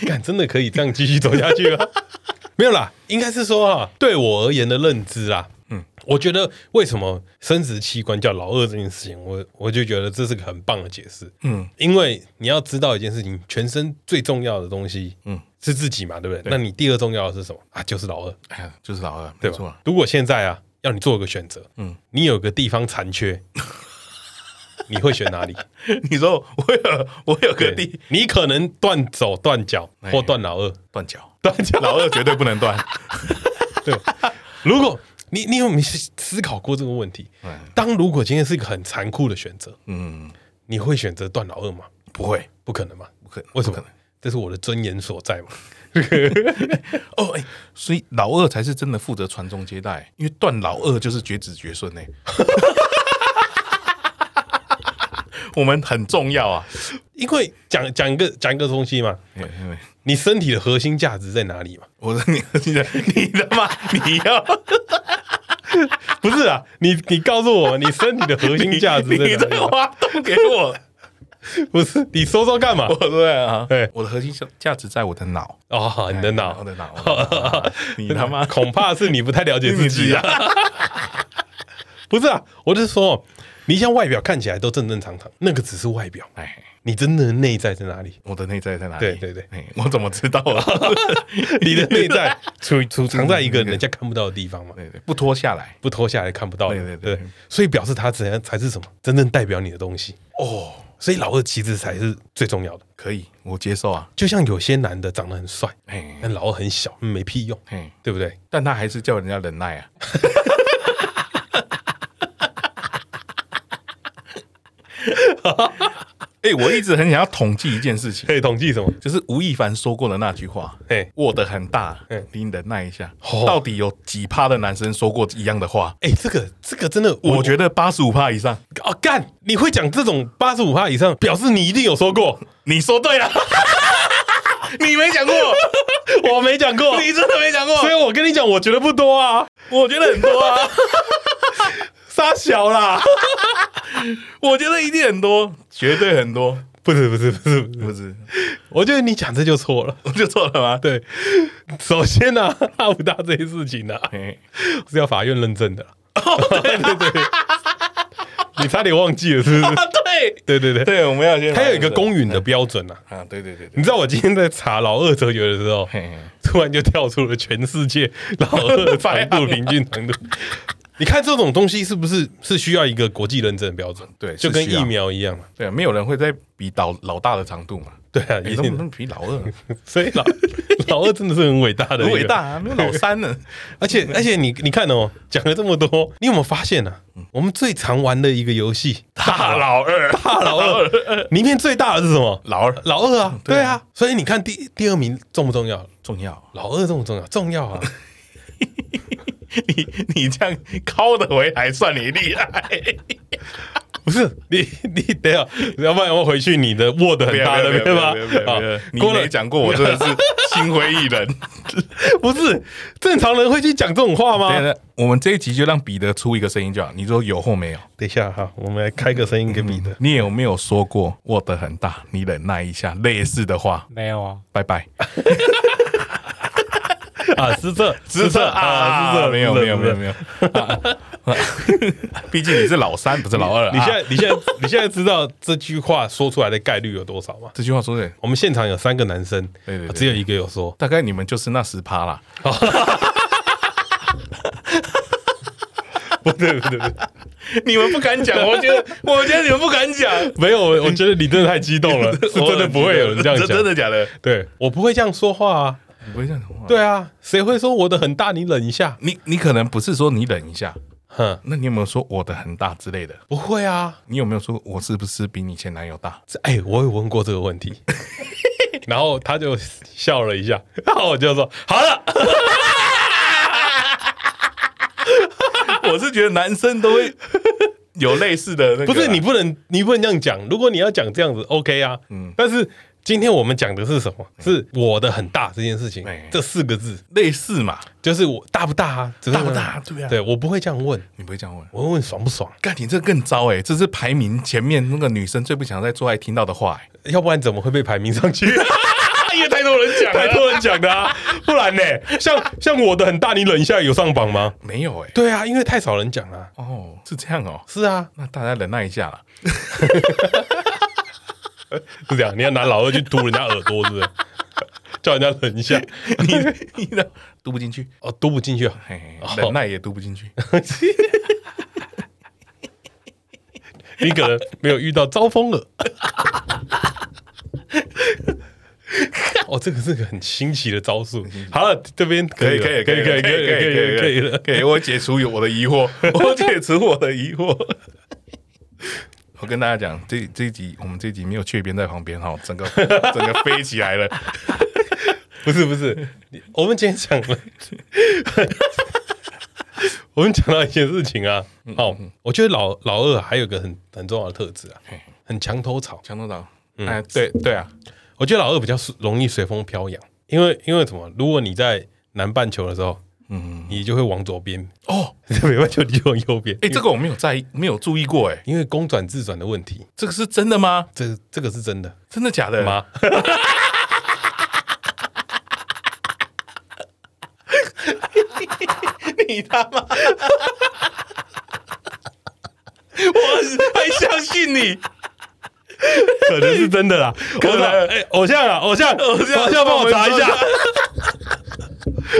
敢真的可以这样继续走下去吗？ [laughs] 没有啦，应该是说哈，对我而言的认知啦，嗯，我觉得为什么生殖器官叫老二这件事情，我我就觉得这是个很棒的解释，嗯，因为你要知道一件事情，全身最重要的东西，嗯，是自己嘛，对不对？那你第二重要的是什么啊？就是老二，
哎呀，就是老二，
对
没错
吧。？如果现在啊，要你做个选择，嗯，你有个地方残 [laughs] 缺，你会选哪里？
你说我有我有个
对
弟，
你可能断手、断脚
哎
或断老二，
断脚，
断脚
[laughs] 老二绝对不能
[laughs]
断。
对吧。如果你你有没有思思考过这个问题？
哎
当如果今天是一个很残酷的选择，
嗯，
你会选择断老二吗？
不会，
不可能嘛，
不可能，
为什么
不可能？？
这是我的尊严所在嘛。
哦，哎、所以老二才是真的负责传宗接代，因为断老二就是绝子绝孙呢、欸 [laughs] 我们很重要啊，
因为讲讲一个讲一个东西嘛，
哎哎
你身体的核心价值在哪里嘛？
我说你，你的你他妈，你要
不是啊，你你告诉我，你身体的核心价值在哪
你
里
[laughs]
啊
在
嘛？
挖洞给
[laughs]
我，
不是，你说说干嘛
我？对啊，
对
我的核心价值在我的脑，
哦，好你的脑
我，的脑，我的
[laughs]
脑你他妈
恐怕是你不太了解自己啊。不是啊，我是说，你像外表看起来都正正常常，那个只是外表，
哎。
你真的内在在哪 [laughs] 里？
我的内在在哪里？
对对对
哎，我怎么知道
[laughs]
啊？
你的内在 [laughs] 处处藏在一个人家看不到的地方嘛，
对对，不脱下来
不脱下来看不到的。
对对对
对，所以表示他怎样才是什么真正代表你的东西。
哦，
所以老二其实才是最重要的。
可以，我接受啊。
就像有些男的长得很帅，
哎
但老二很小，没屁用，
哎，
对不对？
但他还是叫人家忍耐啊。哎、我一直很想要统计一件事情，
可以统计什么？
就是吴亦凡说过的那句话
哎：“
握得很大
哎，
你忍耐一下。”
哦
到底有几趴的男生说过一样的话？
哎，这个这个真的，
我觉得八十五趴以上，
哦，干！你会讲这种八十五趴以上，表示你一定有说过，
你说对了，你没讲过，
[laughs] 我没讲 [laughs] 过，
你真的没讲过，
所以我跟你讲，我觉得不多啊，
我觉得很多
[laughs]
啊，
傻小啦，
我觉得一定很多，绝对很多，
不是不是不是不是，
不是？
我觉得你讲这就错了。
我就错了吗？
对，首先呢、啊，阿武大这些事情呢、啊、
哎
是要法院认证的啦，
哦
对 [laughs] 对对，你差点忘记了是不是？
[laughs] 啊，对，
对对对，
对，我们要先
还有一个公允的标准啊。
啊，对对对对，
你知道我今天在查老二哲学的时候，
嘿嘿
突然就跳出了全世界老二长度平均长
[laughs]
度。你看这种东西是不是是需要一个国际认证的标准？
对
就跟
是需要
疫苗一样嘛。
对，啊没有人会再比老老大的长度嘛，哎
对啊，
你
一
能不
定
能比老
[laughs]
二？
的。所以老老二真的是很伟大的，
很伟。大啊，没有老三呢。
而且而且你你看哦，讲了这么多，你有没有发现呢、啊？我们最常玩的一个游戏， [laughs] 大
老二，
大老二，里面最大的是什么？
老二
老二啊，对啊。所以你看第第二名重不重要？
重要，
老二重不重要？重要 [laughs] 啊。
你你这样敲得回来，算你厉害。
不是你，你等一下，要不然我回去你的 Word 很大的对吧？
好
啊，
你
过
没
了
讲过，我真的是心灰意冷。
不是正常人会去讲这种话吗？
对，我们这一集就让彼得出一个声音就好。你说有或没有？
等一下哈，我们来开个声音给彼得。
你有没有说过握得很大，你忍耐一下类似的话？
没有啊，
拜拜。
啊，失策，
失策啊，
失策，啊
没有 [laughs]
失
啊
策
没有没有
失策
没有，啊啊 [laughs] 毕竟你是老三，不是老二啊。
你现在你现在你现在知道这句话说出来的概率有多少吗？
这句话说的，
我们现场有三个男生，啊
对对对
只有一个有说，
大概你们就是那十趴啦。
不对不对，不对
你们不敢讲， [laughs] 我觉得，我觉得你们不敢讲，
[laughs] 没有，我我觉得你真的太激动了，是真的不会有人这样
真
讲，
的假的？
对我不会这样说话啊，
你不会这样讲话。
对啊，谁会说我的很大，你忍一下，
你你可能不是说你忍一下，
哼，
那你有没有说我的很大之类的？
不会啊，
你有没有说我是不是比你前男友大？
这哎、我有问过这个问题， [laughs] 然后他就笑了一下，然后我就说好了，
[laughs] 我是觉得男生都
[laughs]
会有类似的那个啦，啊
不是你不能你不能这样讲，如果你要讲这样子，OK 啊，嗯，但是。今天我们讲的是什么？是我的很大这件事情
哎，
这四个字
类似嘛？
就是我大不大啊？只是
大不大？？对啊，
对我不会这样问，
你不会这样问。
我会问爽不爽，
干，你这更糟哎、这是排名前面那个女生最不想在做爱听到的话哎、
要不然怎么会被排名上去？ [laughs] 因为太多人讲，太多人讲的啊，不然呢？像像我的很大，你忍一下有上榜吗？
没有哎、
对啊，因为太少人讲了、
哦，是这样哦，
是啊，
那大家忍耐一下啦。 [laughs]
是这样，你要拿老二去嘟人家耳朵，是 [laughs] 不是？叫人家忍一下，
你你的读不进去，
哦，嘟不进去啊。
嘿嘿
哦
忍耐也读不
[laughs]
进去。
你可能没有遇到招风耳。哦，这个是个很新奇的招数。好了，这边可以了，可以，可以，可以，可以，可以，可以了。
可
[laughs]
以，我解除我的疑惑， [laughs] 我解除我的疑惑。我跟大家讲，这这一集我们这一集没有雀边在旁边哈，整个整个飞起
[laughs]
来了。
不是不是，你我们今天讲了，我们讲到一件事情啊。哦，我觉得老老二还有一个很很重要的特质啊
嘿，
很墙头草。
强头长，
嗯
哎，对对啊，
我觉得老二比较随容易随风飘扬，因为因为什么？如果你在南半球的时候，嗯，你就会往左边； [laughs]
哦，
在北半球你就往右边。
哎，这个我没有在意，没有注意过，哎，
因为公转自转的问题，
这个是真的吗？
这这个是真的
真的假的？
吗？
你他妈！
我还相信你。可能是真的 [laughs] 啦，我
能
哎、偶像啊，偶像， [laughs] 偶
像
偶像，帮我查一下。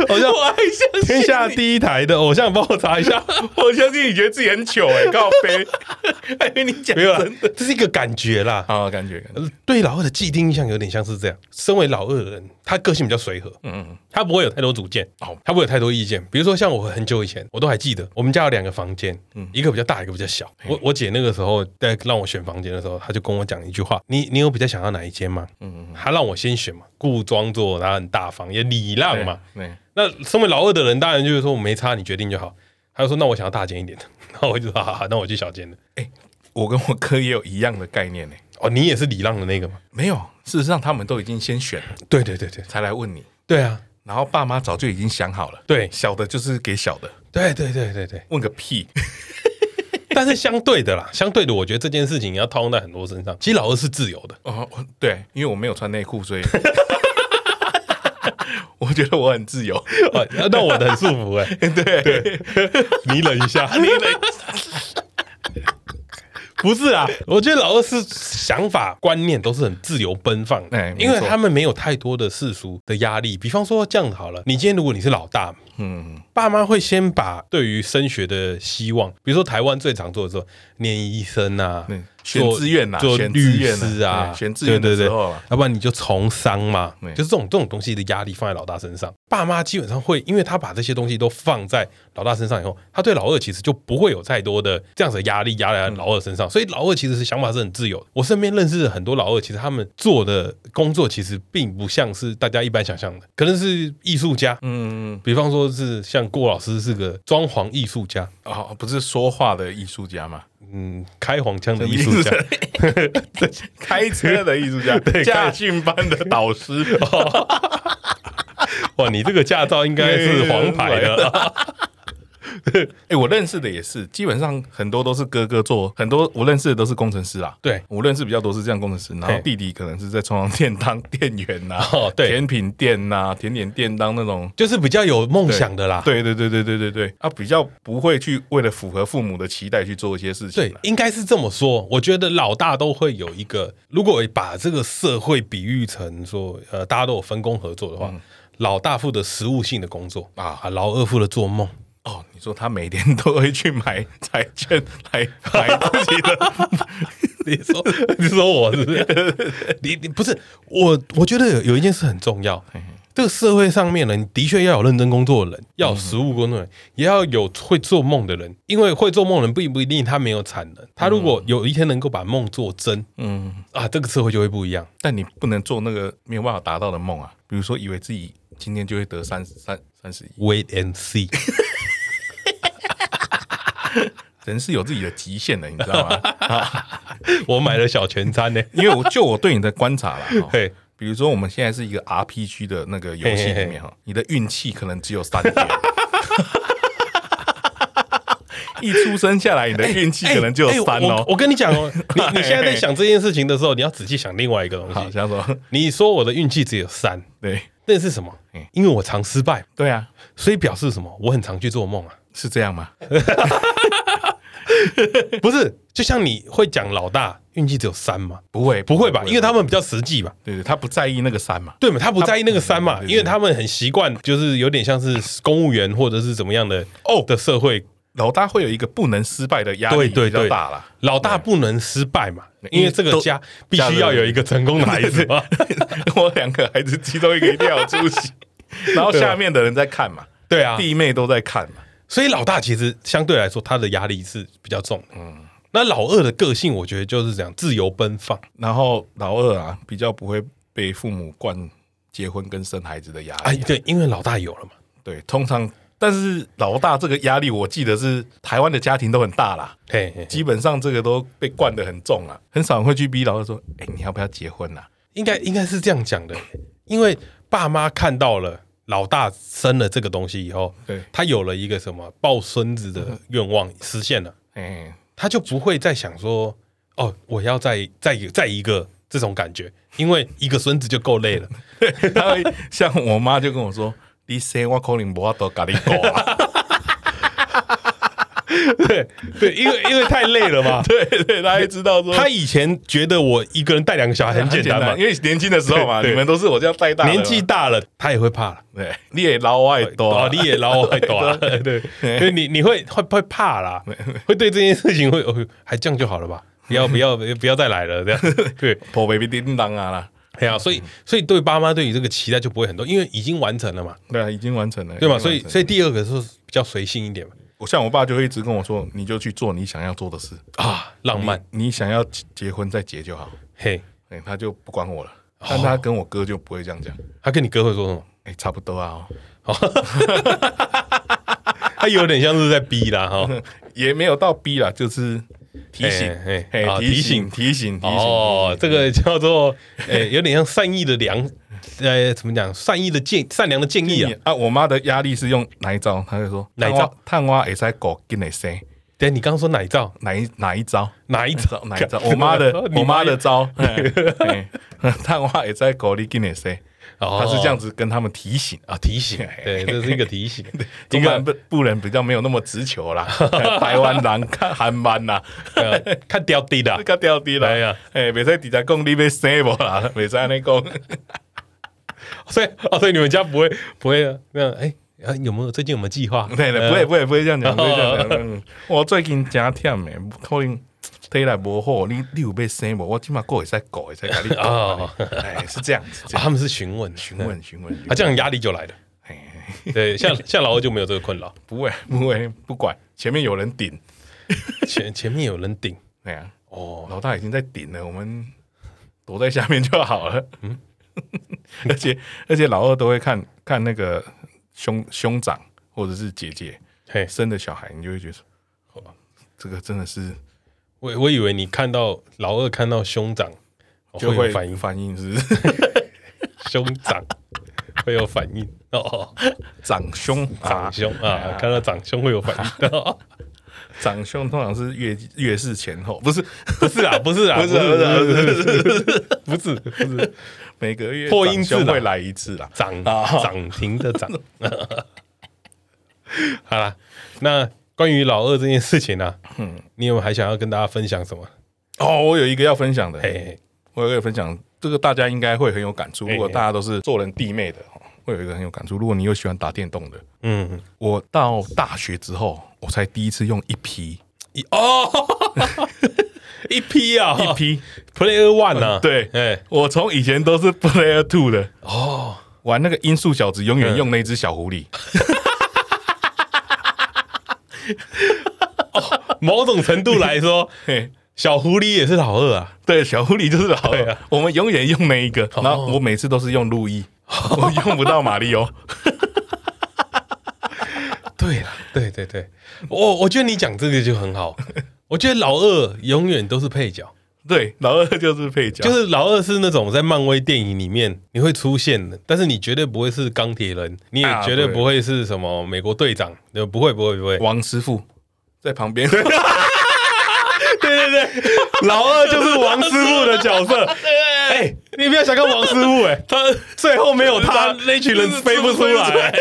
偶像，
我还相信
[laughs] 天下第一台的偶像，帮我查一下。
我相信你觉得自己很糗哎，告飞， [laughs] 啊还以为你讲
[laughs] 没 [laughs] 有啦
真的。，
这是一个感觉啦。
啊好，感觉嗯感觉
呃对老二的既定印象有点像是这样。身为老二的人，他个性比较随和，嗯，他不会有太多主见，
哦
他不会有太多意见。比如说像我很久以前，我都还记得，我们家有两个房间，一个比较大，一个比较小。我我姐那个时候在让我选房间的时候，她就跟我讲一句话：“你你有比较想要哪一间吗？”嗯，她让我先选嘛，故装作她很大方，也礼让嘛。
对，
那身为老二的人，当然就是说我没差，你决定就好。他就说：“那我想要大间一点的。” [laughs] 然后我就说：“好好好，那我去小间的。
哎我跟我哥也有一样的概念哎，”
哦，你也是礼让的那个吗？
没有，事实上他们都已经先选了，
对对对对
才来问你。
对啊！
然后爸妈早就已经想好了，
对
小的就是给小的，
对对对对对，
问个屁！
[laughs] 但是相对的啦，相对的，我觉得这件事情你要套用在很多身上。其实老二是自由的， [laughs]
哦，我对，因为我没有穿内裤，所以 [laughs] 我觉得我很自由。
哦那我的很舒服哎、
[laughs] 对，
[laughs] 你忍
[laughs]
一下，你忍。不是啊，我觉得老二是想法观念都是很自由奔放的，
哎没错
因为他们没有太多的世俗的压力。比方说这样好了，你今天如果你是老大，
嗯，
爸妈会先把对于升学的希望，比如说台湾最常做的时候，念医生啊
对，
做
选志愿啊
做
选志
律
愿啊
师啊，
对选志愿的
对对对
时候啊嗯
要不然你就从商嘛，
对
就是这种这种东西的压力放在老大身上，爸妈基本上会，因为他把这些东西都放在老大身上以后，他对老二其实就不会有太多的这样子的压力压在老二身
嗯
上，所以老二其实是想法是很自由的。我身边认识的很多老二，其实他们做的工作其实并不像是大家一般想象的，可能是艺术家，
嗯，
比方说是像郭老师是个装潢艺术家，
哦，不是说话的艺术家嘛，
嗯，开黄腔的艺术
[laughs]
家，
开车的艺术
[laughs]
家，驾训班的导师，
哇，你这个驾照应该是黄牌的，
哎，我认识的也是，基本上很多都是哥哥做，很多我认识的都是工程师啦。
对
我认识比较多是这样工程师，然后
嘿
弟弟可能是在冲浪店当店员呐、
哦 [laughs] 对
甜品店呐、甜点店当那种。
就是比较有梦想的啦。
对对对对对对对，啊，比较不会去为了符合父母的期待去做一些事情
对
啦。，
应该是这么说。我觉得老大都会有一个，如果把这个社会比喻成说，呃，大家都有分工合作的话，老大负责实务性的工作
啊
啊，老二负责做梦。
哦，你说他每天都会去买彩券来买自己的
你说，你说我是
[laughs]
不是？你你不是我？我觉得有有一件事很重要。这个社会上面呢，你的确要有认真工
嗯
作的人，要有实务工作的人，也要有会做梦的人。因为会做梦的人并不一定他没有产能，他如果有一天能够把梦做真，
嗯，
啊，这个社会就会不一样。
[laughs] 但你不能做那个没有办法达到的梦啊，比如说以为自己今天就会得三三三十亿，
Wait and see， [laughs]
人是有自己的极限的，你知道吗？ [laughs]
我买了小全餐呢。
因为我就我对你的观察啦，哦
嘿，
比如说我们现在是一个 RPG 的那个游戏里面哦哈，你的运气可能只有三点。 [laughs] 一出生下来，你的运气可能就
哎
有三
我
哦。
我跟你
[laughs]
讲哦，你你现在在想这件事情的时候，你要仔细想另外一个东
好，
西。
想说，
你说我的运气只有三，
对
那是什么
嗯？
因为我常失败，
对啊，
所以表示什么？我很常去做梦 [laughs] 啊，
是这样吗？
不是？就像你会讲老大运气只有三嘛？
不会，
不会吧？因为他们比较实际吧？
对对，他不在意那个三嘛。
对嘛？他不在意那个三嘛，
对对对
因为他们很习惯，就是有点像是公务员或者是怎么样的哦的社会。
老大会有一个不能失败的压力
对对
比较
对，
大啦。 [laughs]
老大不能失败嘛，
因为
因为这个
都
家必须要有一个成功的孩子嘛。
我两个孩子其中一个一定要有出息，然后下面的人在看嘛，
对啊，
弟妹都在看嘛。
所以老大其实相对来说他的压力是比较重的。嗯，那老二的个性我觉得就是这样，自由奔放。
然后老二啊，比较不会被父母灌结婚跟生孩子的压
哎，
力。
对，因为老大有了嘛。
对，通常，但是老大这个压力，我记得是台湾的家庭都很大啦，
嘿，嘿
基本上这个都被灌得很重啦，很少人会去逼老二说：“哎、你要不要结婚啦、
应该应该是这样讲的，因为爸妈看到了老大生了这个东西以后，
对
他有了一个什么抱孙子的愿望实现了，
哎、
他就不会再想说哦，我要再再再一个这种感觉，因为一个孙子就够累了。
[laughs] 他会像我妈就跟我说：“你生我可能无法度跟你讲
[laughs]
啊。
对 [laughs] 对，因为因为太累了嘛”。
对对，他会知道说
[laughs] 他以前觉得我一个人带两个小孩很简单嘛，
因为年轻的时候嘛，
对对
你们都是我这样带大的嘛，
年纪大了他也会怕了。
对，你也老外多啊
哦，，你也捞
[laughs]
会短，对， [laughs] 所以你你会会会怕啦，会对这件事情会，哦还这样就好了吧？不要不要不要再来了，这样
[laughs]
对，
破 baby 叮当啊啦，
哎呀，所以所以对爸妈对于这个期待就不会很多，因为已经完成了嘛，
对啊，已经完成了，
对
已经
嘛，
完
所以
成了
所以第二个是比较随性一点嘛，
我像我爸就会一直跟我说，你就去做你想要做的事，
啊，浪漫，
你想要结结婚再结就好，
嘿，
哎，他就不管我了。
哦
但他跟我哥就不会这样讲，
他跟你哥会说
[laughs]
什么？
哎，差不多啊，
他有点像是在逼啦
[laughs]
哈，
哦也没有到逼啦，就是提醒
哎，
哎
哎啊，
提
提
醒
醒
提醒嗯提醒，
哦，这个叫做诶，有点像善意的良，呃，怎么讲？善意的建善良的建议啊，
啊，我妈的压力是用哪一招？她就说
哪一招？
探花也在狗跟你生
等一下你刚刚说哪一招？
哪一哪一
[laughs]
招？
哪一招？
哪一招？我妈的，
你
我妈的
[laughs]
招，哎哎探花也在狗里跟你生，
哦，
她是这样子跟他们提醒。
啊，提醒，对，这是一个提 [laughs] 醒，一
中
个
南部部人比较没有那么直球
[laughs]
啦，台湾人看韩版啦，
呃看掉地的
这，个掉低啦
哎呀，
哎，袂使直接讲你要生无啦，袂使安尼讲。
[laughs] 所以哦，所以你们家不会不会那哎啊有没有最近有没有计划？
[laughs] 对了，
呃
不会不会不会这样讲，不会这样讲。
[laughs]
嗯我最近真忝诶，可能体力无好，你你有要生无？我即码过会使顾会使甲你
[laughs]
讲。
哦，
哎，是这样子，这
啊
样
他们是询问
询，问询问。询
[laughs] 啊，
问
这样压力就来了。
哎
对， [laughs] 像像老二就没有这个困扰，
不会不会不管，前面有人顶，
前前面有人顶
哎呀，
哦，
老大已经在顶了，我们躲在下面就好了。嗯， [laughs] 而且而且老二都会看看那个兄兄长或者是姐姐
嘿，
生的小孩，你就会觉得说，哦，这个真的是
我我以为你看到老二看到兄长哦
就
会
会
有反应，
反应是不是
兄长会有反应哦，
长兄
长
啊，
兄啊，看到长兄会有反应哦，
长兄通常是月月事前后，不是 [laughs]
不 [laughs] 是 [laughs] 啊，不是啊，
不是不是
[laughs] 不是不是不是
每个月
破音字啦啊
长兄会来一次啦。
涨
啊
涨停的涨。 [laughs] 好啦，那关于老二这件事情呢、啊，嗯，你有没有还想要跟大家分享什么？
哦，我有一个要分享的，
嘿嘿，
我有一个分享，这个大家应该会很有感触。
嘿
如果大家都是做人弟妹的，哦会有一个很有感触。如果你又喜欢打电动的，
嗯，
我到大学之后，我才第一次用一批
一哦，一批啊，
一批，
Player One 啊，
对
哎，
我从以前都是 Player Two 的，
哦，嗯
玩那个音速小子，永远用那只小狐狸。
某种程度来说， [laughs]
嘿，
小狐狸也是老二啊，
对，小狐狸就是老
对
二
啊，哦
我们永远用那一个。然后我每次都是用路易，我用不到马里
[laughs]
奥。
对啦，对对对，我我觉得你讲这个就很好，我觉得老二永远都是配角。
对，老二就是配角，
就是老二是那种在漫威电影里面你会出现的，但是你绝对不会是钢铁人，你也
啊
绝对
对
不会是什么美国队长，呃，不会不会不会，
王师傅在旁边。
[laughs] 对对对，老二就是王师傅的角 [laughs] 色。哎、你不要小看王师傅、哎， [laughs] 他最后没有他，那群人飞不出来。 [laughs]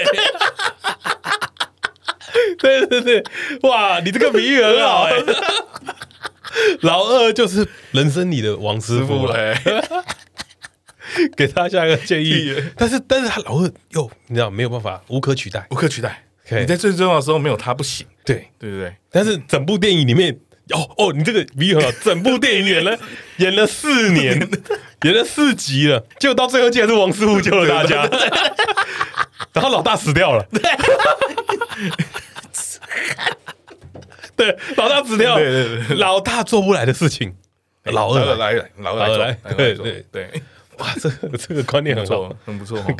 对对对，哇，你这个比喻很好哎、 [laughs] 老二就是人生里的王师
师
傅
傅哎
了，
嘞，
给他下一个建
屁
议
耶。
但是，但是他老二又你知道没有办法，无可取代。
无可取代。
可以
你在最重要的时候没有他不行，
对，
对不对？
但是整部电影里面，哦哦，你这个比
[laughs]
喻很好，整部电影演了演了四年，演了四集了，结果到最后竟然是王师傅救了大家， [laughs] 然后老大死掉了。 [laughs] 对，老大死掉了，
对对对对
老大做不来的事情，老二来
来来老
老二
二
来
来做，
对
来做
对
对，
哇，这个这个观念
不
很好
错，，很不错哦。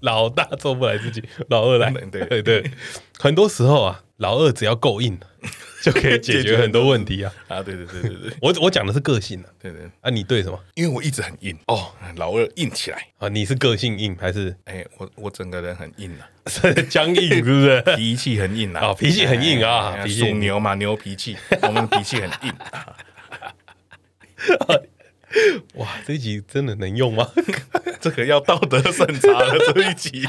老大做不来自己，老二来。
[laughs] 对
对对，很多时候啊，老二只要
[laughs]
够硬，就可以解
解
决
决
很多问题啊。
啊，对对对对对
我我讲的是个性啊，
对对，
啊，你对什么？
因为我一直很硬哦，老二硬起来，
啊，你是个性硬还是 [laughs]
哎，我我整个人很硬啊，
是僵硬？是
[laughs]
不是？
脾气很硬啊，
哦脾气很硬啊
哎哎
脾气
属
很硬
牛嘛，牛脾气，我们脾气很硬啊，
哇，这一集真的能用吗？ [laughs]
[laughs] 这个要道德审查了这一集，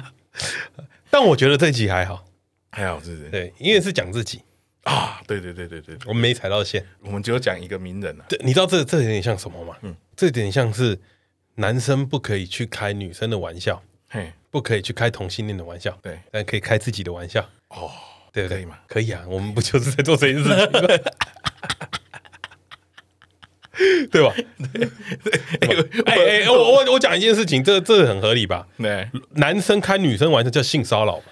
[laughs]
但我觉得这一集还好，
还好是不是
对，因为是讲自己，
啊？对对对对对，对
我们没踩到线。
我们只有讲一个名人啊，
这你知道这这有点像什么吗？嗯，这有点像是男生不可以去开女生的玩笑，
嘿，
不可以去开同性恋的玩笑，
对
但可以开自己的玩笑，
哦，
对不对？
可以吗？
可以啊，我们不就是在做这件事情吗？ [laughs] 对吧？ [laughs]
[laughs]
哎
哎
哎、
哎，
我我我讲一件事情，这这很合理吧？
对
男生开女生玩笑叫性骚扰嘛，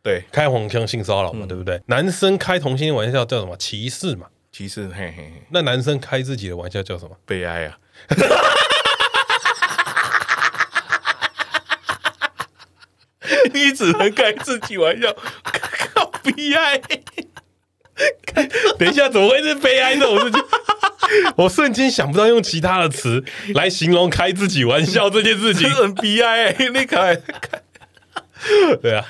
对，
开黄腔性骚扰嘛，对不对？男生开同性恋玩笑叫什么歧视嘛？
其实嘿嘿嘿，
那男生开自己的玩笑叫什么？
悲哀啊，
你只能开自己玩笑，靠悲哀！等一下，怎么会是悲哀这种事情？我瞬间想不到用其他的词来形容开自己玩笑这件事情
真。的很悲哀，你看。
对啊，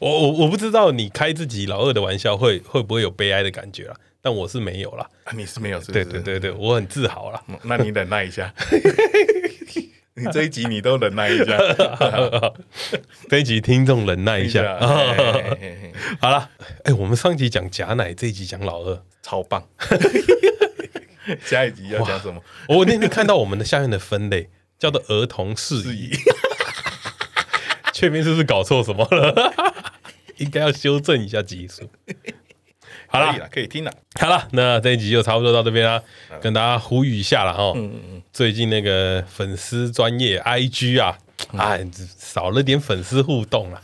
我我我不知道你开自己老二的玩笑会会不会有悲哀的感觉啦，但我是没有啦。
啊，你是没有，是不
对
是
对，对对，我很自豪啦。
嗯那你忍耐一
[laughs]
下。你这一集你都忍耐一下，
这一集啊听众忍 [laughs] 耐一下。
嘿
[laughs]
嘿嘿嘿嘿
好了，哎、我们上集讲假奶，这一集讲老二。
超
[laughs]
棒。下一集要讲什么？
我那天哦看到我们的下面的分类叫做儿童事
质
[laughs] 宜，
疑。
确定是不是搞错什么了？ [laughs] 应该要修正一下级数。好啦
可以了，可以听了。
好了，那这一集就差不多到这边啦，跟大家呼吁一下了哈。最近那个粉丝专业 IG 啊，啊，少了点粉丝互动了。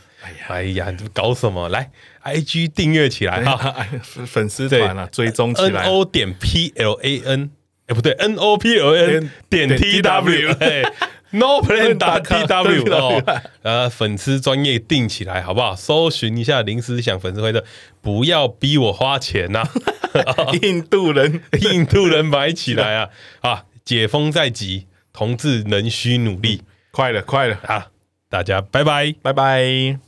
哎呀，你搞什么？来，IG 订阅起来哈
哎 [laughs] 粉丝团啊，追踪起
，N
来。
O 点 P L A N，哎不对，N O P L A N 点
点
T W，
TW
哎，No [laughs] Plan 打 T [laughs] W 哦
TW，
呃，粉丝专业定起来好不好？搜寻一下临时想粉丝会的，不要逼我花钱呐。 [laughs]
印度人，
印度人买起来啊！啊，解封在即，同志仍需努力。
快了，快了，
啊，大家拜拜。
拜拜。